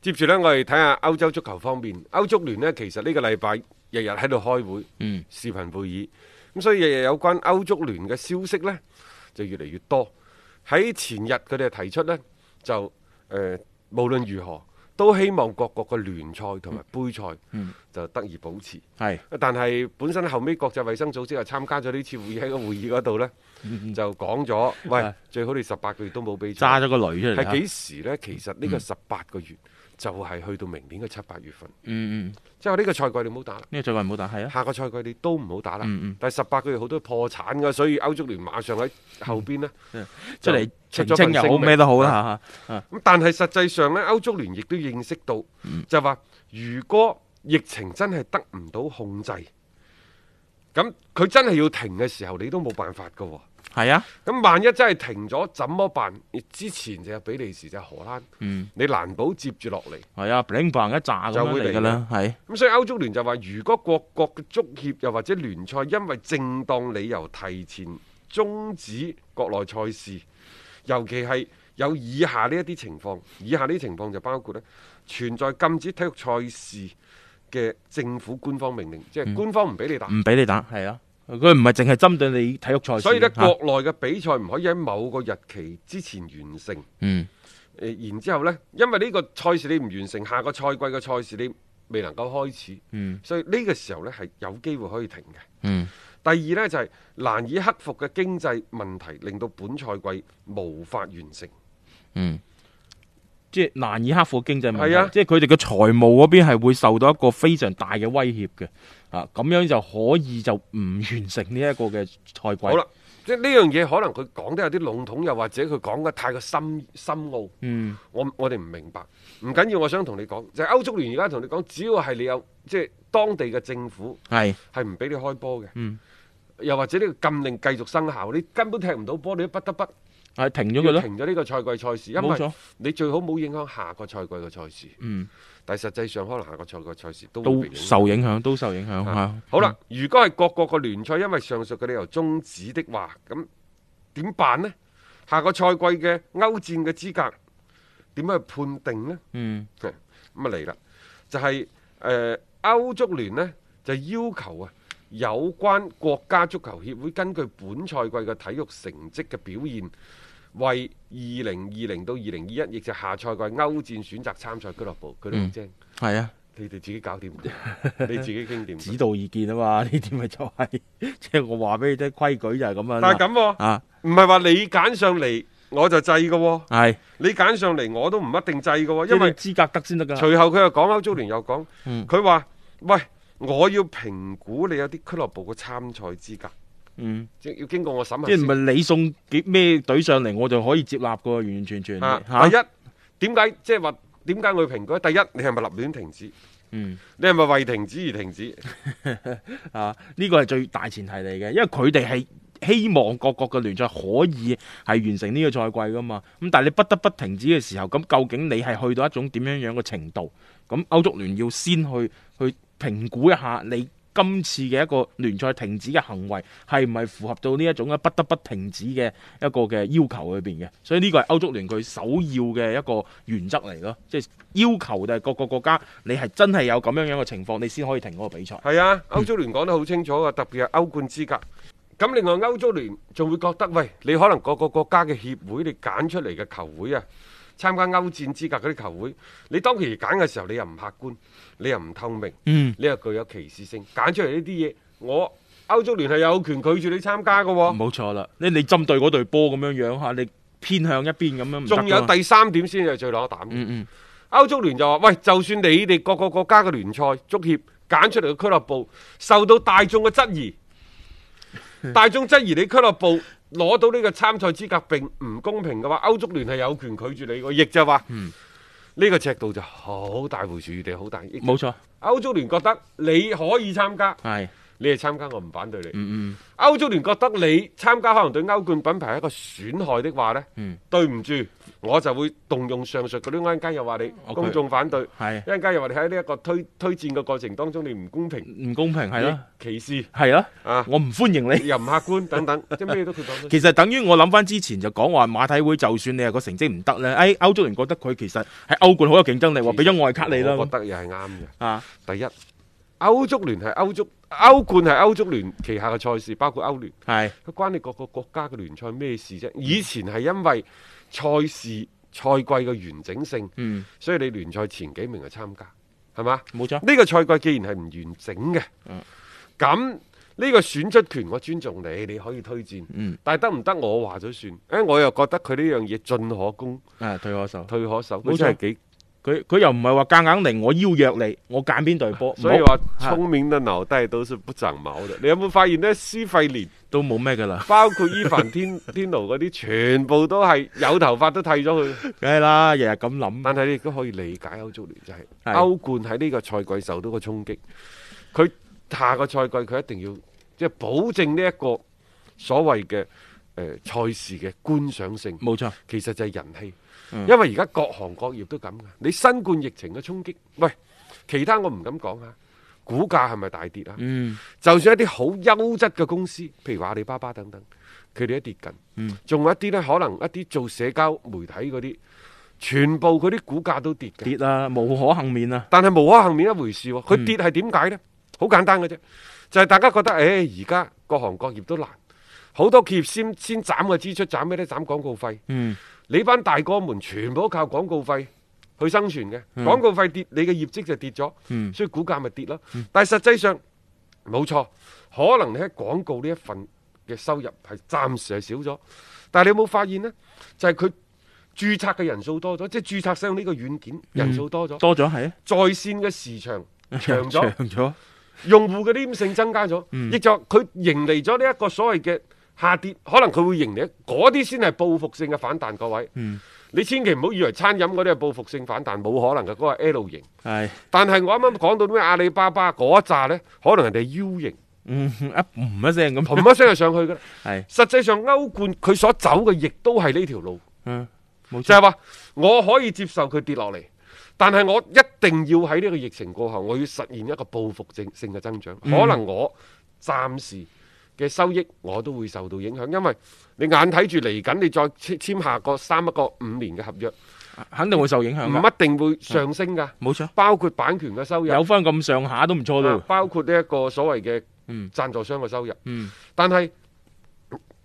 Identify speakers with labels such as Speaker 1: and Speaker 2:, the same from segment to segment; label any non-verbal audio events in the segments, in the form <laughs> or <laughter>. Speaker 1: 接住呢，我哋睇下歐洲足球方面，歐足聯呢，其實呢個禮拜日日喺度開會，
Speaker 2: 嗯，
Speaker 1: 視頻會議，咁所以日日有關歐足聯嘅消息呢，就越嚟越多。喺前日佢哋提出呢，就誒、呃、無論如何都希望各國嘅聯賽同埋杯賽
Speaker 2: 嗯
Speaker 1: 就得以保持。
Speaker 2: 係
Speaker 1: 但係本身後尾國際衛生組織又參加咗呢次會議喺個會議嗰度呢，
Speaker 2: 嗯
Speaker 1: 就講咗，喂
Speaker 2: 係，
Speaker 1: 最好你十八個月都冇比賽。
Speaker 2: 揸咗個雷出嚟啊嗯
Speaker 1: 係
Speaker 2: 嚇。
Speaker 1: 幾時呢？其實呢個十八個月就係去到明年嘅七八月份，
Speaker 2: 嗯嗯，
Speaker 1: 即係話呢個賽季你唔好打啦，
Speaker 2: 呢個最近唔好打，係啊。
Speaker 1: 下個賽季你都唔好打啦。
Speaker 2: 嗯嗯
Speaker 1: 但係十八個月好多破產㗎，所以歐足聯馬上喺後邊呢，
Speaker 2: 嗯
Speaker 1: 就
Speaker 2: 出嚟
Speaker 1: 出咗
Speaker 2: 澄清
Speaker 1: 份
Speaker 2: 又
Speaker 1: 聲
Speaker 2: 好，
Speaker 1: 明啊
Speaker 2: 咩都好啦
Speaker 1: 咁但係實際上呢，歐足聯亦都認識到，
Speaker 2: 嗯
Speaker 1: 就話如果疫情真係得唔到控制，咁佢真係要停嘅時候，你都冇辦法㗎喎。
Speaker 2: 嚇。係啊，
Speaker 1: 咁萬一真係停咗，怎麼辦？之前就有比利時，就有荷蘭，
Speaker 2: 嗯，
Speaker 1: 你難保接住落嚟。
Speaker 2: 係啊，bling bang 一炸咁
Speaker 1: 就
Speaker 2: 樣
Speaker 1: 會嚟
Speaker 2: 嚟㗎啦，係。
Speaker 1: 咁所以歐足聯就話，如果各國嘅足協又或者聯賽因為正當理由提前終止國內賽事，尤其係有以下呢一啲情況，以下呢啲情況就包括呢存在禁止體育賽事嘅政府官方命令，即係官方唔俾你打。
Speaker 2: 唔俾你打，係啊，佢唔係淨係針對你體育賽事，啊
Speaker 1: 所以呢，
Speaker 2: 嚇
Speaker 1: 國內嘅比賽唔可以喺某個日期之前完成。
Speaker 2: 嗯
Speaker 1: 誒，然之後呢，因為呢個賽事你唔完成，下個賽季嘅賽事你未能夠開始，
Speaker 2: 嗯
Speaker 1: 所以呢個時候呢，係有機會可以停嘅。
Speaker 2: 嗯
Speaker 1: 第二呢，就係、難以克服嘅經濟問題，令到本賽季無法完成。
Speaker 2: 嗯，即係難以克服經濟問題，
Speaker 1: 係啊
Speaker 2: 即係佢哋嘅財務嗰邊係會受到一個非常大嘅威脅嘅，啊，咁樣就可以就唔完成呢一個嘅賽季。
Speaker 1: 好啦，，即係呢樣嘢可能佢講得有啲籠統，又或者佢講得太過深深奧，
Speaker 2: 嗯
Speaker 1: 我我哋唔明白。唔緊要，我想同你講，就係、歐足聯而家同你講，只要係你有即係當地嘅政府
Speaker 2: 係
Speaker 1: 係唔俾你開波嘅，
Speaker 2: 嗯
Speaker 1: 又或者呢個禁令繼續生效，你根本踢唔到波，你都不得不
Speaker 2: 係停咗佢
Speaker 1: 要
Speaker 2: 咯，
Speaker 1: 停咗呢個賽季賽事，因
Speaker 2: 冇
Speaker 1: 為
Speaker 2: 錯，
Speaker 1: 你最好冇影響下個賽季嘅賽事。
Speaker 2: 嗯，
Speaker 1: 但係實際上可能下個賽季賽事都會
Speaker 2: 都
Speaker 1: 被影響
Speaker 2: 受影響，都受影響
Speaker 1: 啊
Speaker 2: 嚇。
Speaker 1: 好啦，如果係各國個聯賽因為上述嘅理由終止的話，咁點辦呢？下個賽季嘅歐戰嘅資格點樣去判定呢？
Speaker 2: 嗯，
Speaker 1: 咁啊嚟啦，就係、誒、歐足聯呢，就要求啊有關國家足球協會根據本賽季嘅體育成績嘅表現，為二零二零到二零二一，亦就下賽季歐戰選擇參賽俱樂部，佢都好
Speaker 2: 嗯
Speaker 1: 精，
Speaker 2: 係啊。
Speaker 1: 你哋自己搞
Speaker 2: <laughs>
Speaker 1: 掂佢，你自己傾掂佢。
Speaker 2: 指導意見啊嘛，呢啲咪就係、 <laughs> 即係我話俾你聽，規矩就係咁啊。
Speaker 1: 但係咁喎，
Speaker 2: 啊，
Speaker 1: 唔係話你揀上嚟我就制嘅喎，
Speaker 2: 係，
Speaker 1: 你揀上嚟我都唔一定制嘅喎，因
Speaker 2: 因為
Speaker 1: 為
Speaker 2: 資格得先得㗎。
Speaker 1: 隨後佢又講歐足聯又講
Speaker 2: 嗯，
Speaker 1: 佢話、喂，我要評估你有啲俱樂部嘅參賽資格，
Speaker 2: 嗯，
Speaker 1: 即係要經過我審核
Speaker 2: 即係唔
Speaker 1: 先。
Speaker 2: 係你送幾咩隊上嚟，我就可以接納㗎，完完全全
Speaker 1: 啊，
Speaker 2: 嚇
Speaker 1: 第一點解即係話點解我要評估咧？第一，你係咪立亂停止？
Speaker 2: 嗯
Speaker 1: 你係咪為停止而停止？
Speaker 2: 啊，呢個係最大前提嚟嘅，因為佢哋係。希望各國嘅聯賽可以係完成呢個賽季㗎嘛，咁但係你不得不停止嘅時候，咁究竟你係去到一種點樣樣嘅程度？咁歐足聯要先去去評估一下你今次嘅一個聯賽停止嘅行為係唔係符合到呢一種嘅不得不停止嘅一個嘅要求裏邊嘅，所以呢個係歐足聯佢首要嘅一個原則嚟咯，即係要求就係各個國家你係真係有咁樣樣嘅情況，你先可以停嗰個比賽。
Speaker 1: 係啊，歐足聯講得好清楚啊，特別係歐冠資格。咁另外歐足聯仲會覺得，喂，你可能各個國家嘅協會，你揀出嚟嘅球會啊，參加歐戰資格嗰啲球會，你當其時揀嘅時候，你又唔客觀，你又唔透明，
Speaker 2: 嗯
Speaker 1: 你又具有歧視性，揀出嚟呢啲嘢，我歐足聯係有權拒絕你參加嘅喎、
Speaker 2: 冇錯啦，你你針對嗰隊波咁樣樣嚇，你偏向一邊咁樣唔得㗎嘛
Speaker 1: 仲有第三點先係最攞膽嘅。
Speaker 2: 嗯嗯
Speaker 1: 歐足聯就話：喂，就算你哋各個國家嘅聯賽足協揀出嚟嘅俱樂部受到大眾嘅質
Speaker 2: <laughs>
Speaker 1: 疑，大眾質疑你俱樂部攞
Speaker 2: 嗯
Speaker 1: 到呢個參賽資格並唔公平嘅話，歐足聯係有權拒絕你嘅，亦就話、呢個尺度就好大回旋餘地，好大益。
Speaker 2: 冇錯，
Speaker 1: 歐足聯覺得你可以參加，
Speaker 2: 係，
Speaker 1: 你係參加，我唔反對你。
Speaker 2: 嗯嗯
Speaker 1: 歐足聯覺得你參加可能對歐冠品牌係一個損害的話呢，
Speaker 2: 嗯，
Speaker 1: 對唔住，我就會動用上述嗰啲，一陣間又話你
Speaker 2: OK
Speaker 1: 公眾反對，
Speaker 2: 係
Speaker 1: 一陣間又話你喺呢一個推推薦嘅過程當中你唔公平、
Speaker 2: 唔公平係咯，
Speaker 1: 歧視
Speaker 2: 係咯，
Speaker 1: 啊，
Speaker 2: 我唔歡迎你。
Speaker 1: 又唔客觀等 <laughs> 等，即係咩都佢講得。
Speaker 2: 其實等於我諗翻之前就講話馬體會，就算你係個成績唔得咧，誒歐足聯覺得佢其實喺歐冠好有競爭力喎，俾咗外卡你啦
Speaker 1: 我覺得又係啱嘅。
Speaker 2: 啊，
Speaker 1: 第一，歐足聯係歐足歐冠係歐足聯旗下嘅賽事，包括歐聯，
Speaker 2: 係
Speaker 1: 佢關你各個國家嘅聯賽咩事啫？以前係因為賽事賽季嘅完整性，
Speaker 2: 嗯
Speaker 1: 所以你聯賽前幾名就參加，係嘛？
Speaker 2: 冇錯，
Speaker 1: 呢個賽季既然係唔完整嘅，
Speaker 2: 嗯
Speaker 1: 咁呢個選出權我尊重你，你可以推薦，
Speaker 2: 嗯
Speaker 1: 但係得唔得我話咗算。誒，我又覺得佢呢樣嘢進可攻，
Speaker 2: 啊退我手，
Speaker 1: 退可守，
Speaker 2: 冇錯
Speaker 1: 佢真係幾。
Speaker 2: 佢佢又唔係話夾硬嚟，我邀約你，我揀邊隊波，
Speaker 1: 所以
Speaker 2: 冇
Speaker 1: 話聰明的腦袋都是不長毛的。你有冇發現呢？施費
Speaker 2: <laughs>
Speaker 1: 連
Speaker 2: 都冇咩噶啦，
Speaker 1: 包括伊凡天天奴嗰啲，全部都係有頭髮都剃咗佢。
Speaker 2: 梗係啦，日日咁諗，
Speaker 1: 但係你亦都可以理解歐足聯就係、
Speaker 2: 係
Speaker 1: 歐冠喺呢個賽季受到個衝擊，佢下個賽季佢一定要即係保證呢一個所謂嘅誒賽事嘅觀賞性，
Speaker 2: 冇錯，
Speaker 1: 其實就係人氣。
Speaker 2: 嗯
Speaker 1: 因為而家各行各業都咁嘅，你新冠疫情嘅衝擊，喂，其他我唔敢講啊，股價係咪大跌啊？
Speaker 2: 嗯
Speaker 1: 就算一啲好優質嘅公司，譬如話阿里巴巴等等，佢哋都跌緊
Speaker 2: 嗯。
Speaker 1: 仲、有一啲呢，可能一啲做社交媒體嗰啲，全部佢啲股價都跌嘅。
Speaker 2: 跌啦，無可幸免啊，
Speaker 1: 但係無可幸免一回事喎。佢
Speaker 2: 嗯
Speaker 1: 跌係點解呢？好簡單嘅啫，就係、大家覺得，誒而家各行各業都難，好多企業先先斬嘅支出，斬咩呢？斬廣告費。
Speaker 2: 嗯
Speaker 1: 你班大哥們全部都靠廣告費去生存嘅，
Speaker 2: 嗯
Speaker 1: 廣告費跌，你嘅業績就跌咗。
Speaker 2: 嗯
Speaker 1: 所以股價咪跌咯。但係實際上冇錯，可能你喺廣告呢一份嘅收入係暫時係少咗，但係你有冇發現呢？就係佢註冊嘅人數多咗，即係註冊使用呢個軟件人數多咗，
Speaker 2: 多咗係
Speaker 1: 在線嘅時長長
Speaker 2: <laughs>
Speaker 1: 咗，
Speaker 2: 長咗，
Speaker 1: 用戶嘅黏性增加咗，
Speaker 2: 嗯
Speaker 1: 亦就佢迎嚟咗呢一個所謂嘅下跌，可能佢會迎嚟嗰啲先係報復性嘅反彈，各位。
Speaker 2: 嗯
Speaker 1: 你千祈唔好以為餐飲嗰啲係報復性反彈，冇可能嘅，嗰、個係 L 型。
Speaker 2: 係，
Speaker 1: 但係我啱啱講到咩阿里巴巴嗰一扎呢，可能人哋 U 型，
Speaker 2: 嗯一唔一聲咁，
Speaker 1: 嘭一聲就上去㗎啦。
Speaker 2: 係，
Speaker 1: 實際上歐冠佢所走嘅亦都係呢條路，
Speaker 2: 嗯冇
Speaker 1: 就
Speaker 2: 錯，
Speaker 1: 係話我可以接受佢跌落嚟，但係我一定要喺呢個疫情過後，我要實現一個報復性性嘅增長。可
Speaker 2: 嗯
Speaker 1: 能我暫時嘅收益我都會受到影響，因為你眼睇住嚟緊，你再簽簽下個三一個五年嘅合約，
Speaker 2: 肯定會受影響
Speaker 1: 唔
Speaker 2: 㗎，
Speaker 1: 一定會上升㗎，
Speaker 2: 冇錯，
Speaker 1: 包括版權嘅收入。
Speaker 2: 有翻咁上下都唔錯
Speaker 1: 啊
Speaker 2: 咯，
Speaker 1: 包括呢一個所謂嘅
Speaker 2: 嗯
Speaker 1: 贊助商嘅收入，
Speaker 2: 嗯。
Speaker 1: 但係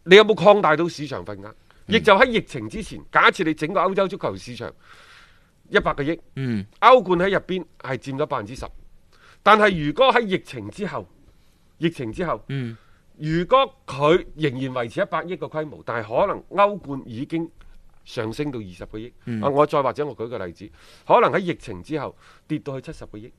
Speaker 1: 你有冇擴大到市場份額？亦就喺疫情之前，假設你整個歐洲足球市場一百個億，
Speaker 2: 嗯，
Speaker 1: 歐冠喺入邊係佔咗百分之十，但係如果喺疫情之後，疫情之後，
Speaker 2: 嗯，
Speaker 1: 如果佢仍然維持一百億嘅規模，但係可能歐冠已經上升到二十個億。
Speaker 2: 嗯
Speaker 1: 啊，我再或者我舉個例子，可能喺疫情之後跌到去七十個億，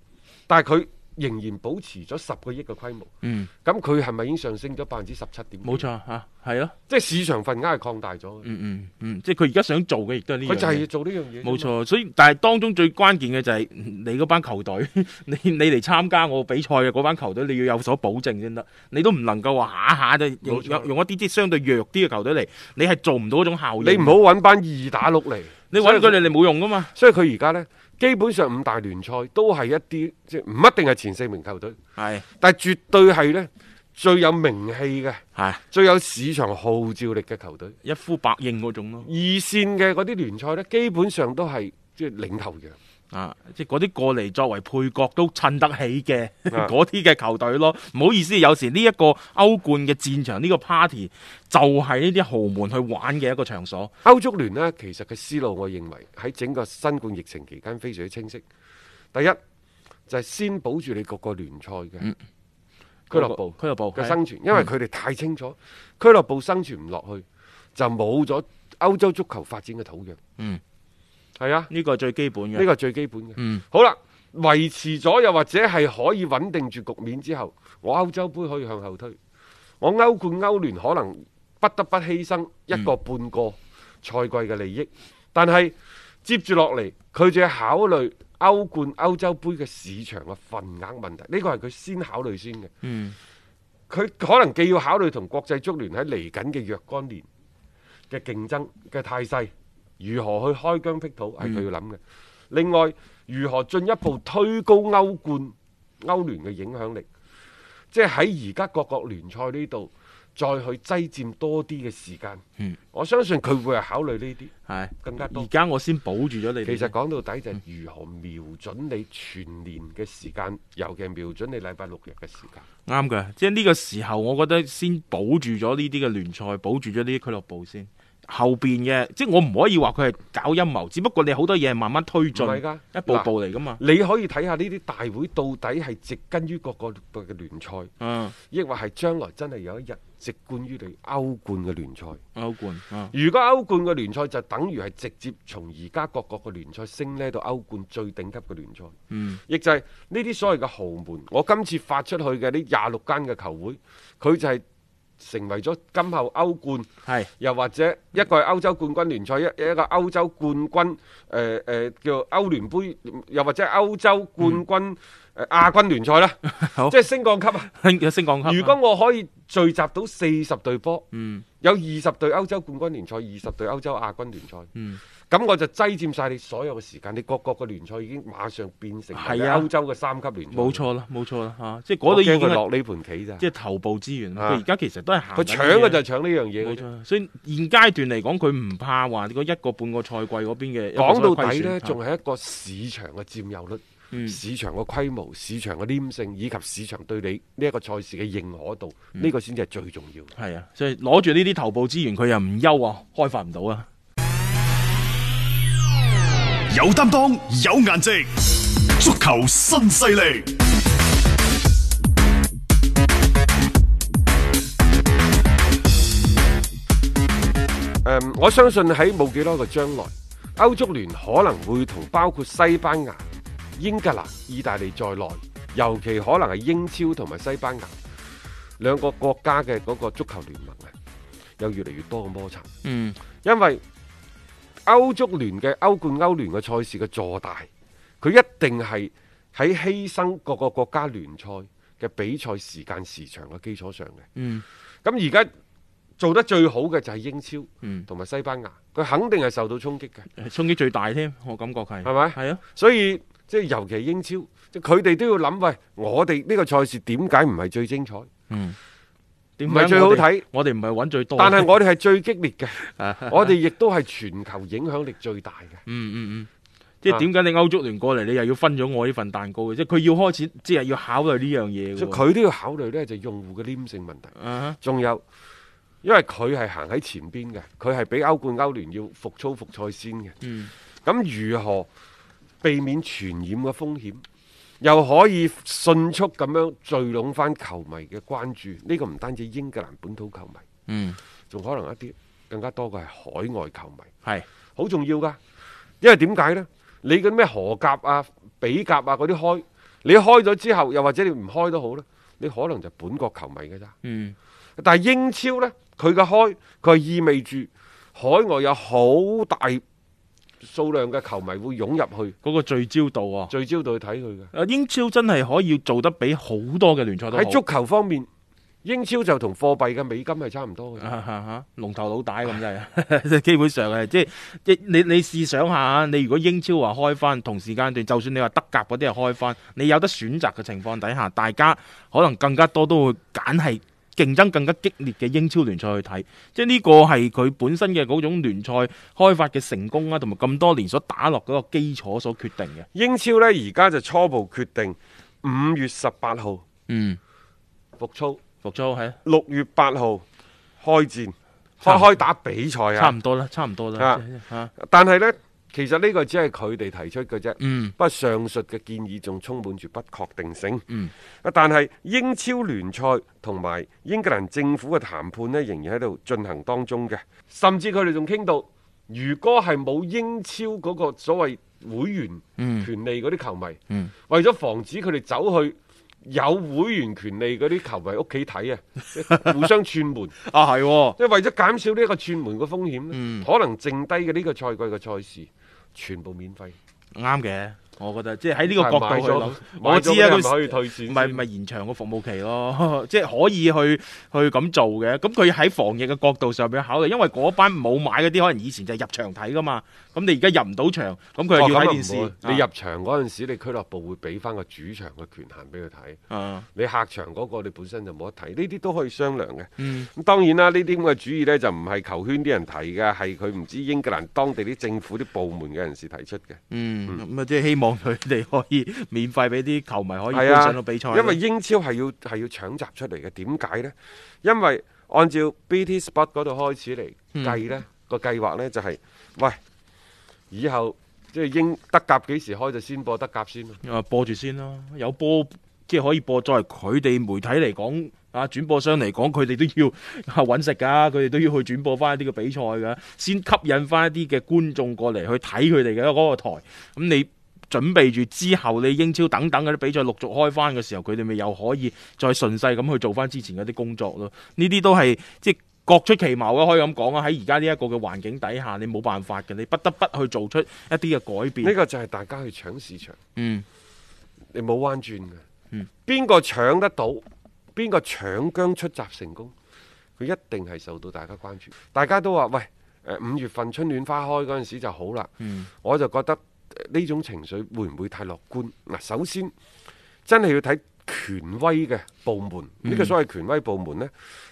Speaker 1: 但係佢仍然保持咗十個億嘅規模。
Speaker 2: 嗯，
Speaker 1: 咁佢係咪已經上升咗百分之十七點？
Speaker 2: 冇錯，吓，係咯，
Speaker 1: 即係市場份額係擴大咗嘅。
Speaker 2: 嗯嗯嗯，即係佢而家想做嘅亦都係呢樣
Speaker 1: 佢
Speaker 2: 嘢，
Speaker 1: 就係要做呢樣嘢啫嘛。
Speaker 2: 冇錯，所以但係當中最關鍵嘅就係嗯你嗰班球隊， <laughs> 你你嚟參加我比賽嘅嗰班球隊，你要有所保證先得，你都唔能夠話下下就用
Speaker 1: 冇錯
Speaker 2: 用用一啲即係相對弱啲嘅球隊嚟，你係做唔到嗰種效應。
Speaker 1: 你唔好，揾班二打六嚟，
Speaker 2: 你揾佢哋你冇用噶嘛，
Speaker 1: 所以佢而家呢，基本上五大聯賽都係一啲即係唔一定係前四名球隊，
Speaker 2: 係
Speaker 1: 但係絕對係呢最有名氣嘅。
Speaker 2: 係
Speaker 1: 最有市場號召力嘅球隊，
Speaker 2: 一呼百應嗰種咯，
Speaker 1: 二線嘅嗰啲聯賽呢，基本上都係即係領頭羊。
Speaker 2: 啊，即係嗰啲過嚟作為配角都襯得起嘅
Speaker 1: 啊
Speaker 2: <laughs> 嗰啲嘅球隊咯。唔好意思，有時呢一個歐冠嘅戰場呢個 party 就係呢啲豪門去玩嘅一個場所。
Speaker 1: 歐足聯呢，其實嘅思路，我認為喺整個新冠疫情期間非常之清晰。第一就係、先保住你各個聯賽嘅俱樂部
Speaker 2: 俱樂部
Speaker 1: 嘅
Speaker 2: 係嗯
Speaker 1: 生存，因為佢哋太清楚俱樂部生存唔落去，就冇咗歐洲足球發展嘅土壤。
Speaker 2: 嗯，
Speaker 1: 係啊，
Speaker 2: 呢個係最基本嘅。
Speaker 1: 呢個係最基本嘅。
Speaker 2: 嗯
Speaker 1: 好啦，維持咗又或者係可以穩定住局面之後，我歐洲杯可以向後推，我歐冠、歐聯可
Speaker 2: 嗯
Speaker 1: 能不得不犧牲一個半個賽季嘅利益，但係接住落嚟，佢就要考慮歐冠、歐洲杯嘅市場嘅份額問題，呢個係佢先考慮先嘅。
Speaker 2: 嗯，
Speaker 1: 佢可能既要考慮同國際足聯喺嚟緊嘅若干年嘅競爭嘅態勢，如何去開疆闢土係佢要諗嘅。另外，如何進一步推高歐冠、歐聯嘅影響力，即係喺而家各國聯賽呢度再去擠佔多啲嘅時間。
Speaker 2: 嗯
Speaker 1: 我相信佢會係考慮呢啲
Speaker 2: 係。
Speaker 1: 更加
Speaker 2: 而
Speaker 1: 多。
Speaker 2: 家我先保住咗你哋。
Speaker 1: 其實講到底就係如何瞄準你全年嘅時間，尤其係瞄準你禮拜六日嘅時間。
Speaker 2: 啱嘅，即係呢個時候，我覺得先保住咗呢啲嘅聯賽，保住咗呢啲俱樂部先。後邊嘅，即係我唔可以話佢係搞陰謀，只不過你好多嘢係慢慢推進，
Speaker 1: 唔係㗎
Speaker 2: 一步步嚟噶嘛。
Speaker 1: 你可以睇下呢啲大會到底係植根於各個嘅聯賽，
Speaker 2: 嗯，
Speaker 1: 抑或係將來真係有一日植冠於你歐冠嘅聯賽。
Speaker 2: 歐冠，嗯
Speaker 1: 如果歐冠嘅聯賽就等於係直接從而家各國嘅聯賽升呢到歐冠最頂級嘅聯賽，
Speaker 2: 嗯，
Speaker 1: 亦就係呢啲所謂嘅豪門。我今次發出去嘅呢廿六間嘅球會，佢就係成為咗今後歐冠。
Speaker 2: <laughs> 係
Speaker 1: 又或者一個係歐洲冠軍聯賽，一一個歐洲冠軍，誒、呃、誒、叫歐聯杯，又或者歐洲冠軍誒、呃、亞軍聯賽啦，
Speaker 2: 嗯 <laughs> 好
Speaker 1: 即係升降級
Speaker 2: <laughs>
Speaker 1: 啊！
Speaker 2: 升升降級。
Speaker 1: 如果我可以聚集到四十隊波，
Speaker 2: 嗯
Speaker 1: 有二十隊歐洲冠軍聯賽，二十隊歐洲亞軍聯賽，
Speaker 2: 嗯
Speaker 1: 咁我就擠佔晒你所有嘅時間，你各國嘅聯賽已經馬上變成係
Speaker 2: 係啊
Speaker 1: 歐洲嘅三級聯賽，
Speaker 2: 冇，錯啦，冇錯啦嚇，即係嗰
Speaker 1: 我
Speaker 2: 度已
Speaker 1: 驚
Speaker 2: 經
Speaker 1: 佢
Speaker 2: 係
Speaker 1: 落呢盤棋咋，
Speaker 2: 即係頭部資源啦。
Speaker 1: 啊
Speaker 2: 佢而家其實都係行
Speaker 1: 佢
Speaker 2: 緊
Speaker 1: 搶嘅
Speaker 2: 嘢
Speaker 1: 就係搶呢樣嘢嘅
Speaker 2: 冇
Speaker 1: 啫。
Speaker 2: 錯，所以現階段嚟講，佢唔怕話嗰一個半個賽季嗰邊嘅
Speaker 1: 講到底呢，
Speaker 2: 仲
Speaker 1: 仲係一個市場嘅佔有率、
Speaker 2: 嗯
Speaker 1: 市場嘅規模、市場嘅黏性，以及市場對你呢一個賽事嘅認可度，
Speaker 2: 嗯
Speaker 1: 呢、個先至係最重要嘅。
Speaker 2: 係啊，所以攞住呢啲頭部資源，佢又唔憂啊，開發唔到啊。
Speaker 3: 有担当，有颜值，足球新势力。
Speaker 1: 誒、嗯我相信喺冇幾耐嘅將來，歐足聯可能會同包括西班牙、英格蘭、意大利在內，尤其可能係英超同埋西班牙兩個國家嘅嗰個足球聯盟啊，有越嚟越多嘅摩擦。
Speaker 2: 嗯，
Speaker 1: 因為歐足聯嘅歐冠、歐聯嘅賽事嘅坐大，佢一定係喺犧牲各個國家聯賽嘅比賽時間時長嘅基礎上嘅。
Speaker 2: 嗯，
Speaker 1: 咁而家做得最好嘅就係英超，
Speaker 2: 嗯
Speaker 1: 同埋西班牙，佢肯定係受到衝擊嘅，
Speaker 2: 衝擊最大添，我感覺係
Speaker 1: 係咪
Speaker 2: 係啊，
Speaker 1: 所以。即係尤其係英超，即係佢哋都要諗，喂，我哋呢個賽事點解唔係最精彩？
Speaker 2: 嗯，點
Speaker 1: 唔
Speaker 2: 解
Speaker 1: 係最好
Speaker 2: 我哋
Speaker 1: 睇？
Speaker 2: 我哋唔係揾最多，
Speaker 1: 但係我哋係最激烈嘅，
Speaker 2: 啊
Speaker 1: 我哋亦都係全球影響力最大嘅。
Speaker 2: <laughs> 嗯嗯嗯，即
Speaker 1: 啊
Speaker 2: 係點解你歐足聯過嚟，你又要分咗我呢份蛋糕嘅？即係佢要開始，即係要考慮呢樣嘢
Speaker 1: 所以
Speaker 2: 嘅喎。
Speaker 1: 佢都要考慮呢，就係用戶嘅黏性問題。
Speaker 2: 啊
Speaker 1: 仲有，因為佢係行喺前邊嘅，佢係比歐冠、歐聯要復操復賽先嘅。
Speaker 2: 嗯
Speaker 1: 咁如何避免傳染嘅風險，又可以迅速咁樣聚攏翻球迷嘅關注？呢、個唔單止英格蘭本土球迷，
Speaker 2: 嗯，
Speaker 1: 仲可能一啲更加多嘅係海外球迷，
Speaker 2: 係
Speaker 1: 好重要噶。因為點解呢？你嗰啲咩荷甲啊、比甲啊嗰啲開，你開咗之後，又或者你唔開都好啦，你可能就本國球迷嘅咋。
Speaker 2: 嗯
Speaker 1: 但係英超呢，佢嘅開佢係意味住海外有好大數量嘅球迷會湧入去
Speaker 2: 嗰個聚焦度啊。
Speaker 1: 聚焦到去睇佢嘅。
Speaker 2: 啊英超真係可以做得比好多嘅聯賽都好
Speaker 1: 喺足球方面，英超就同貨幣嘅美金係差唔多嘅啫。
Speaker 2: 啊嚇嚇，龍頭老大咁 <laughs> 真係，基本上係即係即你你試想下，你如果英超話開翻同時間段，就算你話德甲嗰啲係開翻，你有得選擇嘅情況底下，大家可能更加多都會揀係競爭更加激烈嘅英超聯賽去睇，即係呢個係佢本身嘅嗰種聯賽開發嘅成功啊，同埋咁多年所打落嗰個基礎所決定嘅。
Speaker 1: 英超呢，而家就初步決定五月十八號
Speaker 2: 嗯，
Speaker 1: 復操，
Speaker 2: 復甦係啊
Speaker 1: 六月八號開戰，開
Speaker 2: 差唔
Speaker 1: 開打比賽
Speaker 2: 差
Speaker 1: 啊！
Speaker 2: 唔多啦，差唔多啦
Speaker 1: 啊
Speaker 2: 即係嚇，
Speaker 1: 但係呢，其實呢個只係佢哋提出嘅啫。
Speaker 2: 嗯。
Speaker 1: 不過上述嘅建議仲充滿住不確定性。
Speaker 2: 嗯，
Speaker 1: 但係英超聯賽同埋英格蘭政府嘅談判呢，仍然喺度進行當中嘅。甚至佢哋仲傾到，如果係冇英超嗰個所謂會員
Speaker 2: 嗯
Speaker 1: 權利嗰啲球迷，
Speaker 2: 嗯
Speaker 1: 為咗防止佢哋走去有會員權利嗰啲球迷屋企睇
Speaker 2: <laughs>
Speaker 1: 啊，互相串門。
Speaker 2: 啊係喎，
Speaker 1: 即係為咗減少呢一個串門嘅風險咧，
Speaker 2: 嗯
Speaker 1: 可能剩低嘅呢個賽季嘅賽事全部免費。
Speaker 2: 啱嘅，我覺得即係喺呢個角
Speaker 1: 但係
Speaker 2: 度去諗，
Speaker 1: 買咗
Speaker 2: 我知啊
Speaker 1: 買咗嗰啲人
Speaker 2: 佢
Speaker 1: 可以退錢
Speaker 2: 唔
Speaker 1: 先，
Speaker 2: 係唔係延長個服務期咯， <laughs> 即係可以去去咁做嘅。咁佢喺防疫嘅角度上面考慮，因為嗰班冇買嗰啲，可能以前就係入場睇噶嘛。咁你而家入唔到場，咁佢
Speaker 1: 哦
Speaker 2: 又要
Speaker 1: 咁
Speaker 2: 睇
Speaker 1: 啊
Speaker 2: 電視
Speaker 1: 唔。會你入場嗰陣時，你俱樂部會俾翻個主場嘅權限俾佢睇。
Speaker 2: 啊，
Speaker 1: 你客場嗰個你本身就冇得睇，呢啲都可以商量嘅。
Speaker 2: 嗯
Speaker 1: 咁當然啦，呢啲咁嘅主意呢，就唔係球圈啲人提嘅，係佢唔知英格蘭當地啲政府啲部門嘅人士提出嘅。
Speaker 2: 嗯，咁啊，即係希望佢哋可以免費俾啲球迷可以
Speaker 1: 係
Speaker 2: 觀
Speaker 1: 啊，
Speaker 2: 賞到比賽咯。
Speaker 1: 因為英超係要係要搶集出嚟嘅，點解呢？因為按照 BT Sport 嗰度開始
Speaker 2: 嗯
Speaker 1: 嚟計呢、個計劃呢就係、喂，以後即係英德甲幾時開就先播德甲先咯。
Speaker 2: 啊播住先啦，有波即係可以播。作為佢哋媒體嚟講，啊轉播商嚟講，佢哋都要 <laughs> 啊揾食㗎，佢哋都要去轉播翻一啲嘅比賽㗎，先吸引翻一啲嘅觀眾過嚟去睇佢哋嘅嗰個台。咁、你準備住之後，你英超等等嗰啲比賽陸續開翻嘅時候，佢哋咪又可以再順勢咁去做翻之前嗰啲工作咯。呢啲都係即係各出其謀嘅，可以咁講啊！喺而家呢一個嘅環境底下，你冇辦法嘅，你不得不去做出一啲嘅改
Speaker 1: 呢
Speaker 2: 變。
Speaker 1: 個就係大家去搶市場，
Speaker 2: 嗯
Speaker 1: 你冇彎轉嘅
Speaker 2: 嗯。
Speaker 1: 邊個搶得到，邊個搶姜出閘成功，佢一定係受到大家關注。大家都話喂，呃五月份春暖花開嗰陣時就好啦。
Speaker 2: 嗯
Speaker 1: 我就覺得呃呢種情緒會唔會太樂觀？嗱，首先真係要睇權威嘅部門，呢、個所謂權威部門呢，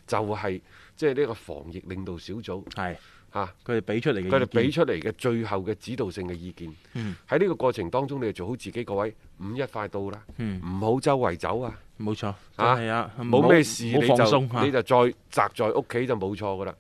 Speaker 1: 就係即係呢個防疫領導小組
Speaker 2: 係。
Speaker 1: 嚇。
Speaker 2: 佢哋俾出嚟嘅，
Speaker 1: 佢哋俾，出嚟嘅最後嘅指導性嘅意見，喺
Speaker 2: 嗯
Speaker 1: 呢、個過程當中，你哋做好自己，各位五一快到啦，
Speaker 2: 嗯
Speaker 1: 唔好周圍走啊，
Speaker 2: 冇錯，
Speaker 1: 啊
Speaker 2: 係啊，唔好
Speaker 1: 冇咩事你
Speaker 2: 唔好放
Speaker 1: 就
Speaker 2: 鬆啊嗯嚇
Speaker 1: 你就再宅在屋企就冇錯噶啦。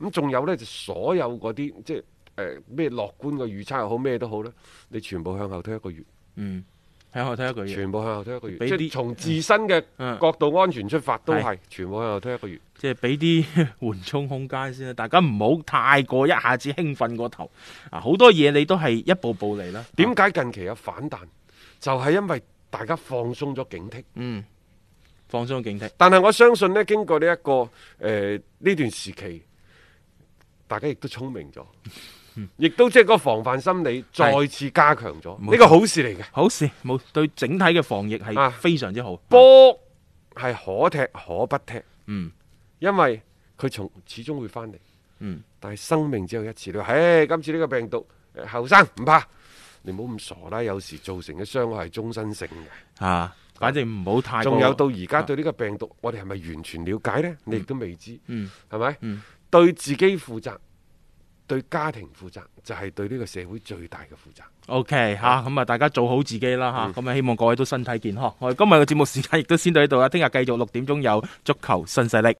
Speaker 1: 咁仲、有呢，就所有嗰啲即係誒咩樂觀嘅預測又好，咩都好啦，你全部向後推一個月，
Speaker 2: 嗯，睇下我睇一句嘢，
Speaker 1: 全部向後推一個月，即
Speaker 2: 啊俾
Speaker 1: 係
Speaker 2: 啲
Speaker 1: 從自身嘅
Speaker 2: 嗯
Speaker 1: 角度安全出發都
Speaker 2: 係啊
Speaker 1: 係全部向後推一個月。
Speaker 2: 即係俾啲 <laughs> 緩衝空間先啦，大家唔好太過一下子興奮過頭啊！好多嘢你都係一步步嚟啦，
Speaker 1: 點解近期有反彈？就係、因為大家放鬆咗警惕。
Speaker 2: 嗯，放鬆警惕，
Speaker 1: 但係我相信呢，經過呢、一個誒呢、段時期，大家亦都聰明咗，亦都即係個防範心理再次加強咗，
Speaker 2: 嗯冇錯嗯
Speaker 1: 呢個好事嚟嘅。
Speaker 2: 好事冇對整體嘅防疫係
Speaker 1: 啊
Speaker 2: 非常之好，
Speaker 1: 波係可踢可不踢，
Speaker 2: 嗯
Speaker 1: 因為佢從始終會翻嚟。
Speaker 2: 嗯，
Speaker 1: 但係生命只有一次。你話，唉，今次呢個病毒，誒後生唔怕，你唔好咁傻啦。有時造成嘅傷害係終身性嘅。
Speaker 2: 啊，反正唔好太過啊
Speaker 1: 仲有到而家對呢個病毒，我哋係咪完全了解呢？你亦都未知。
Speaker 2: 嗯
Speaker 1: 係咪？
Speaker 2: 嗯
Speaker 1: 對自己負責，對家庭負責，就係、對呢個社會最大嘅負責。
Speaker 2: OK 吓，咁啊，大家做好自己啦吓，咁啊，希望各位都身體健康。我哋今日嘅節目時間亦都先到呢度啦，聽日繼續六點鐘有足球新勢力。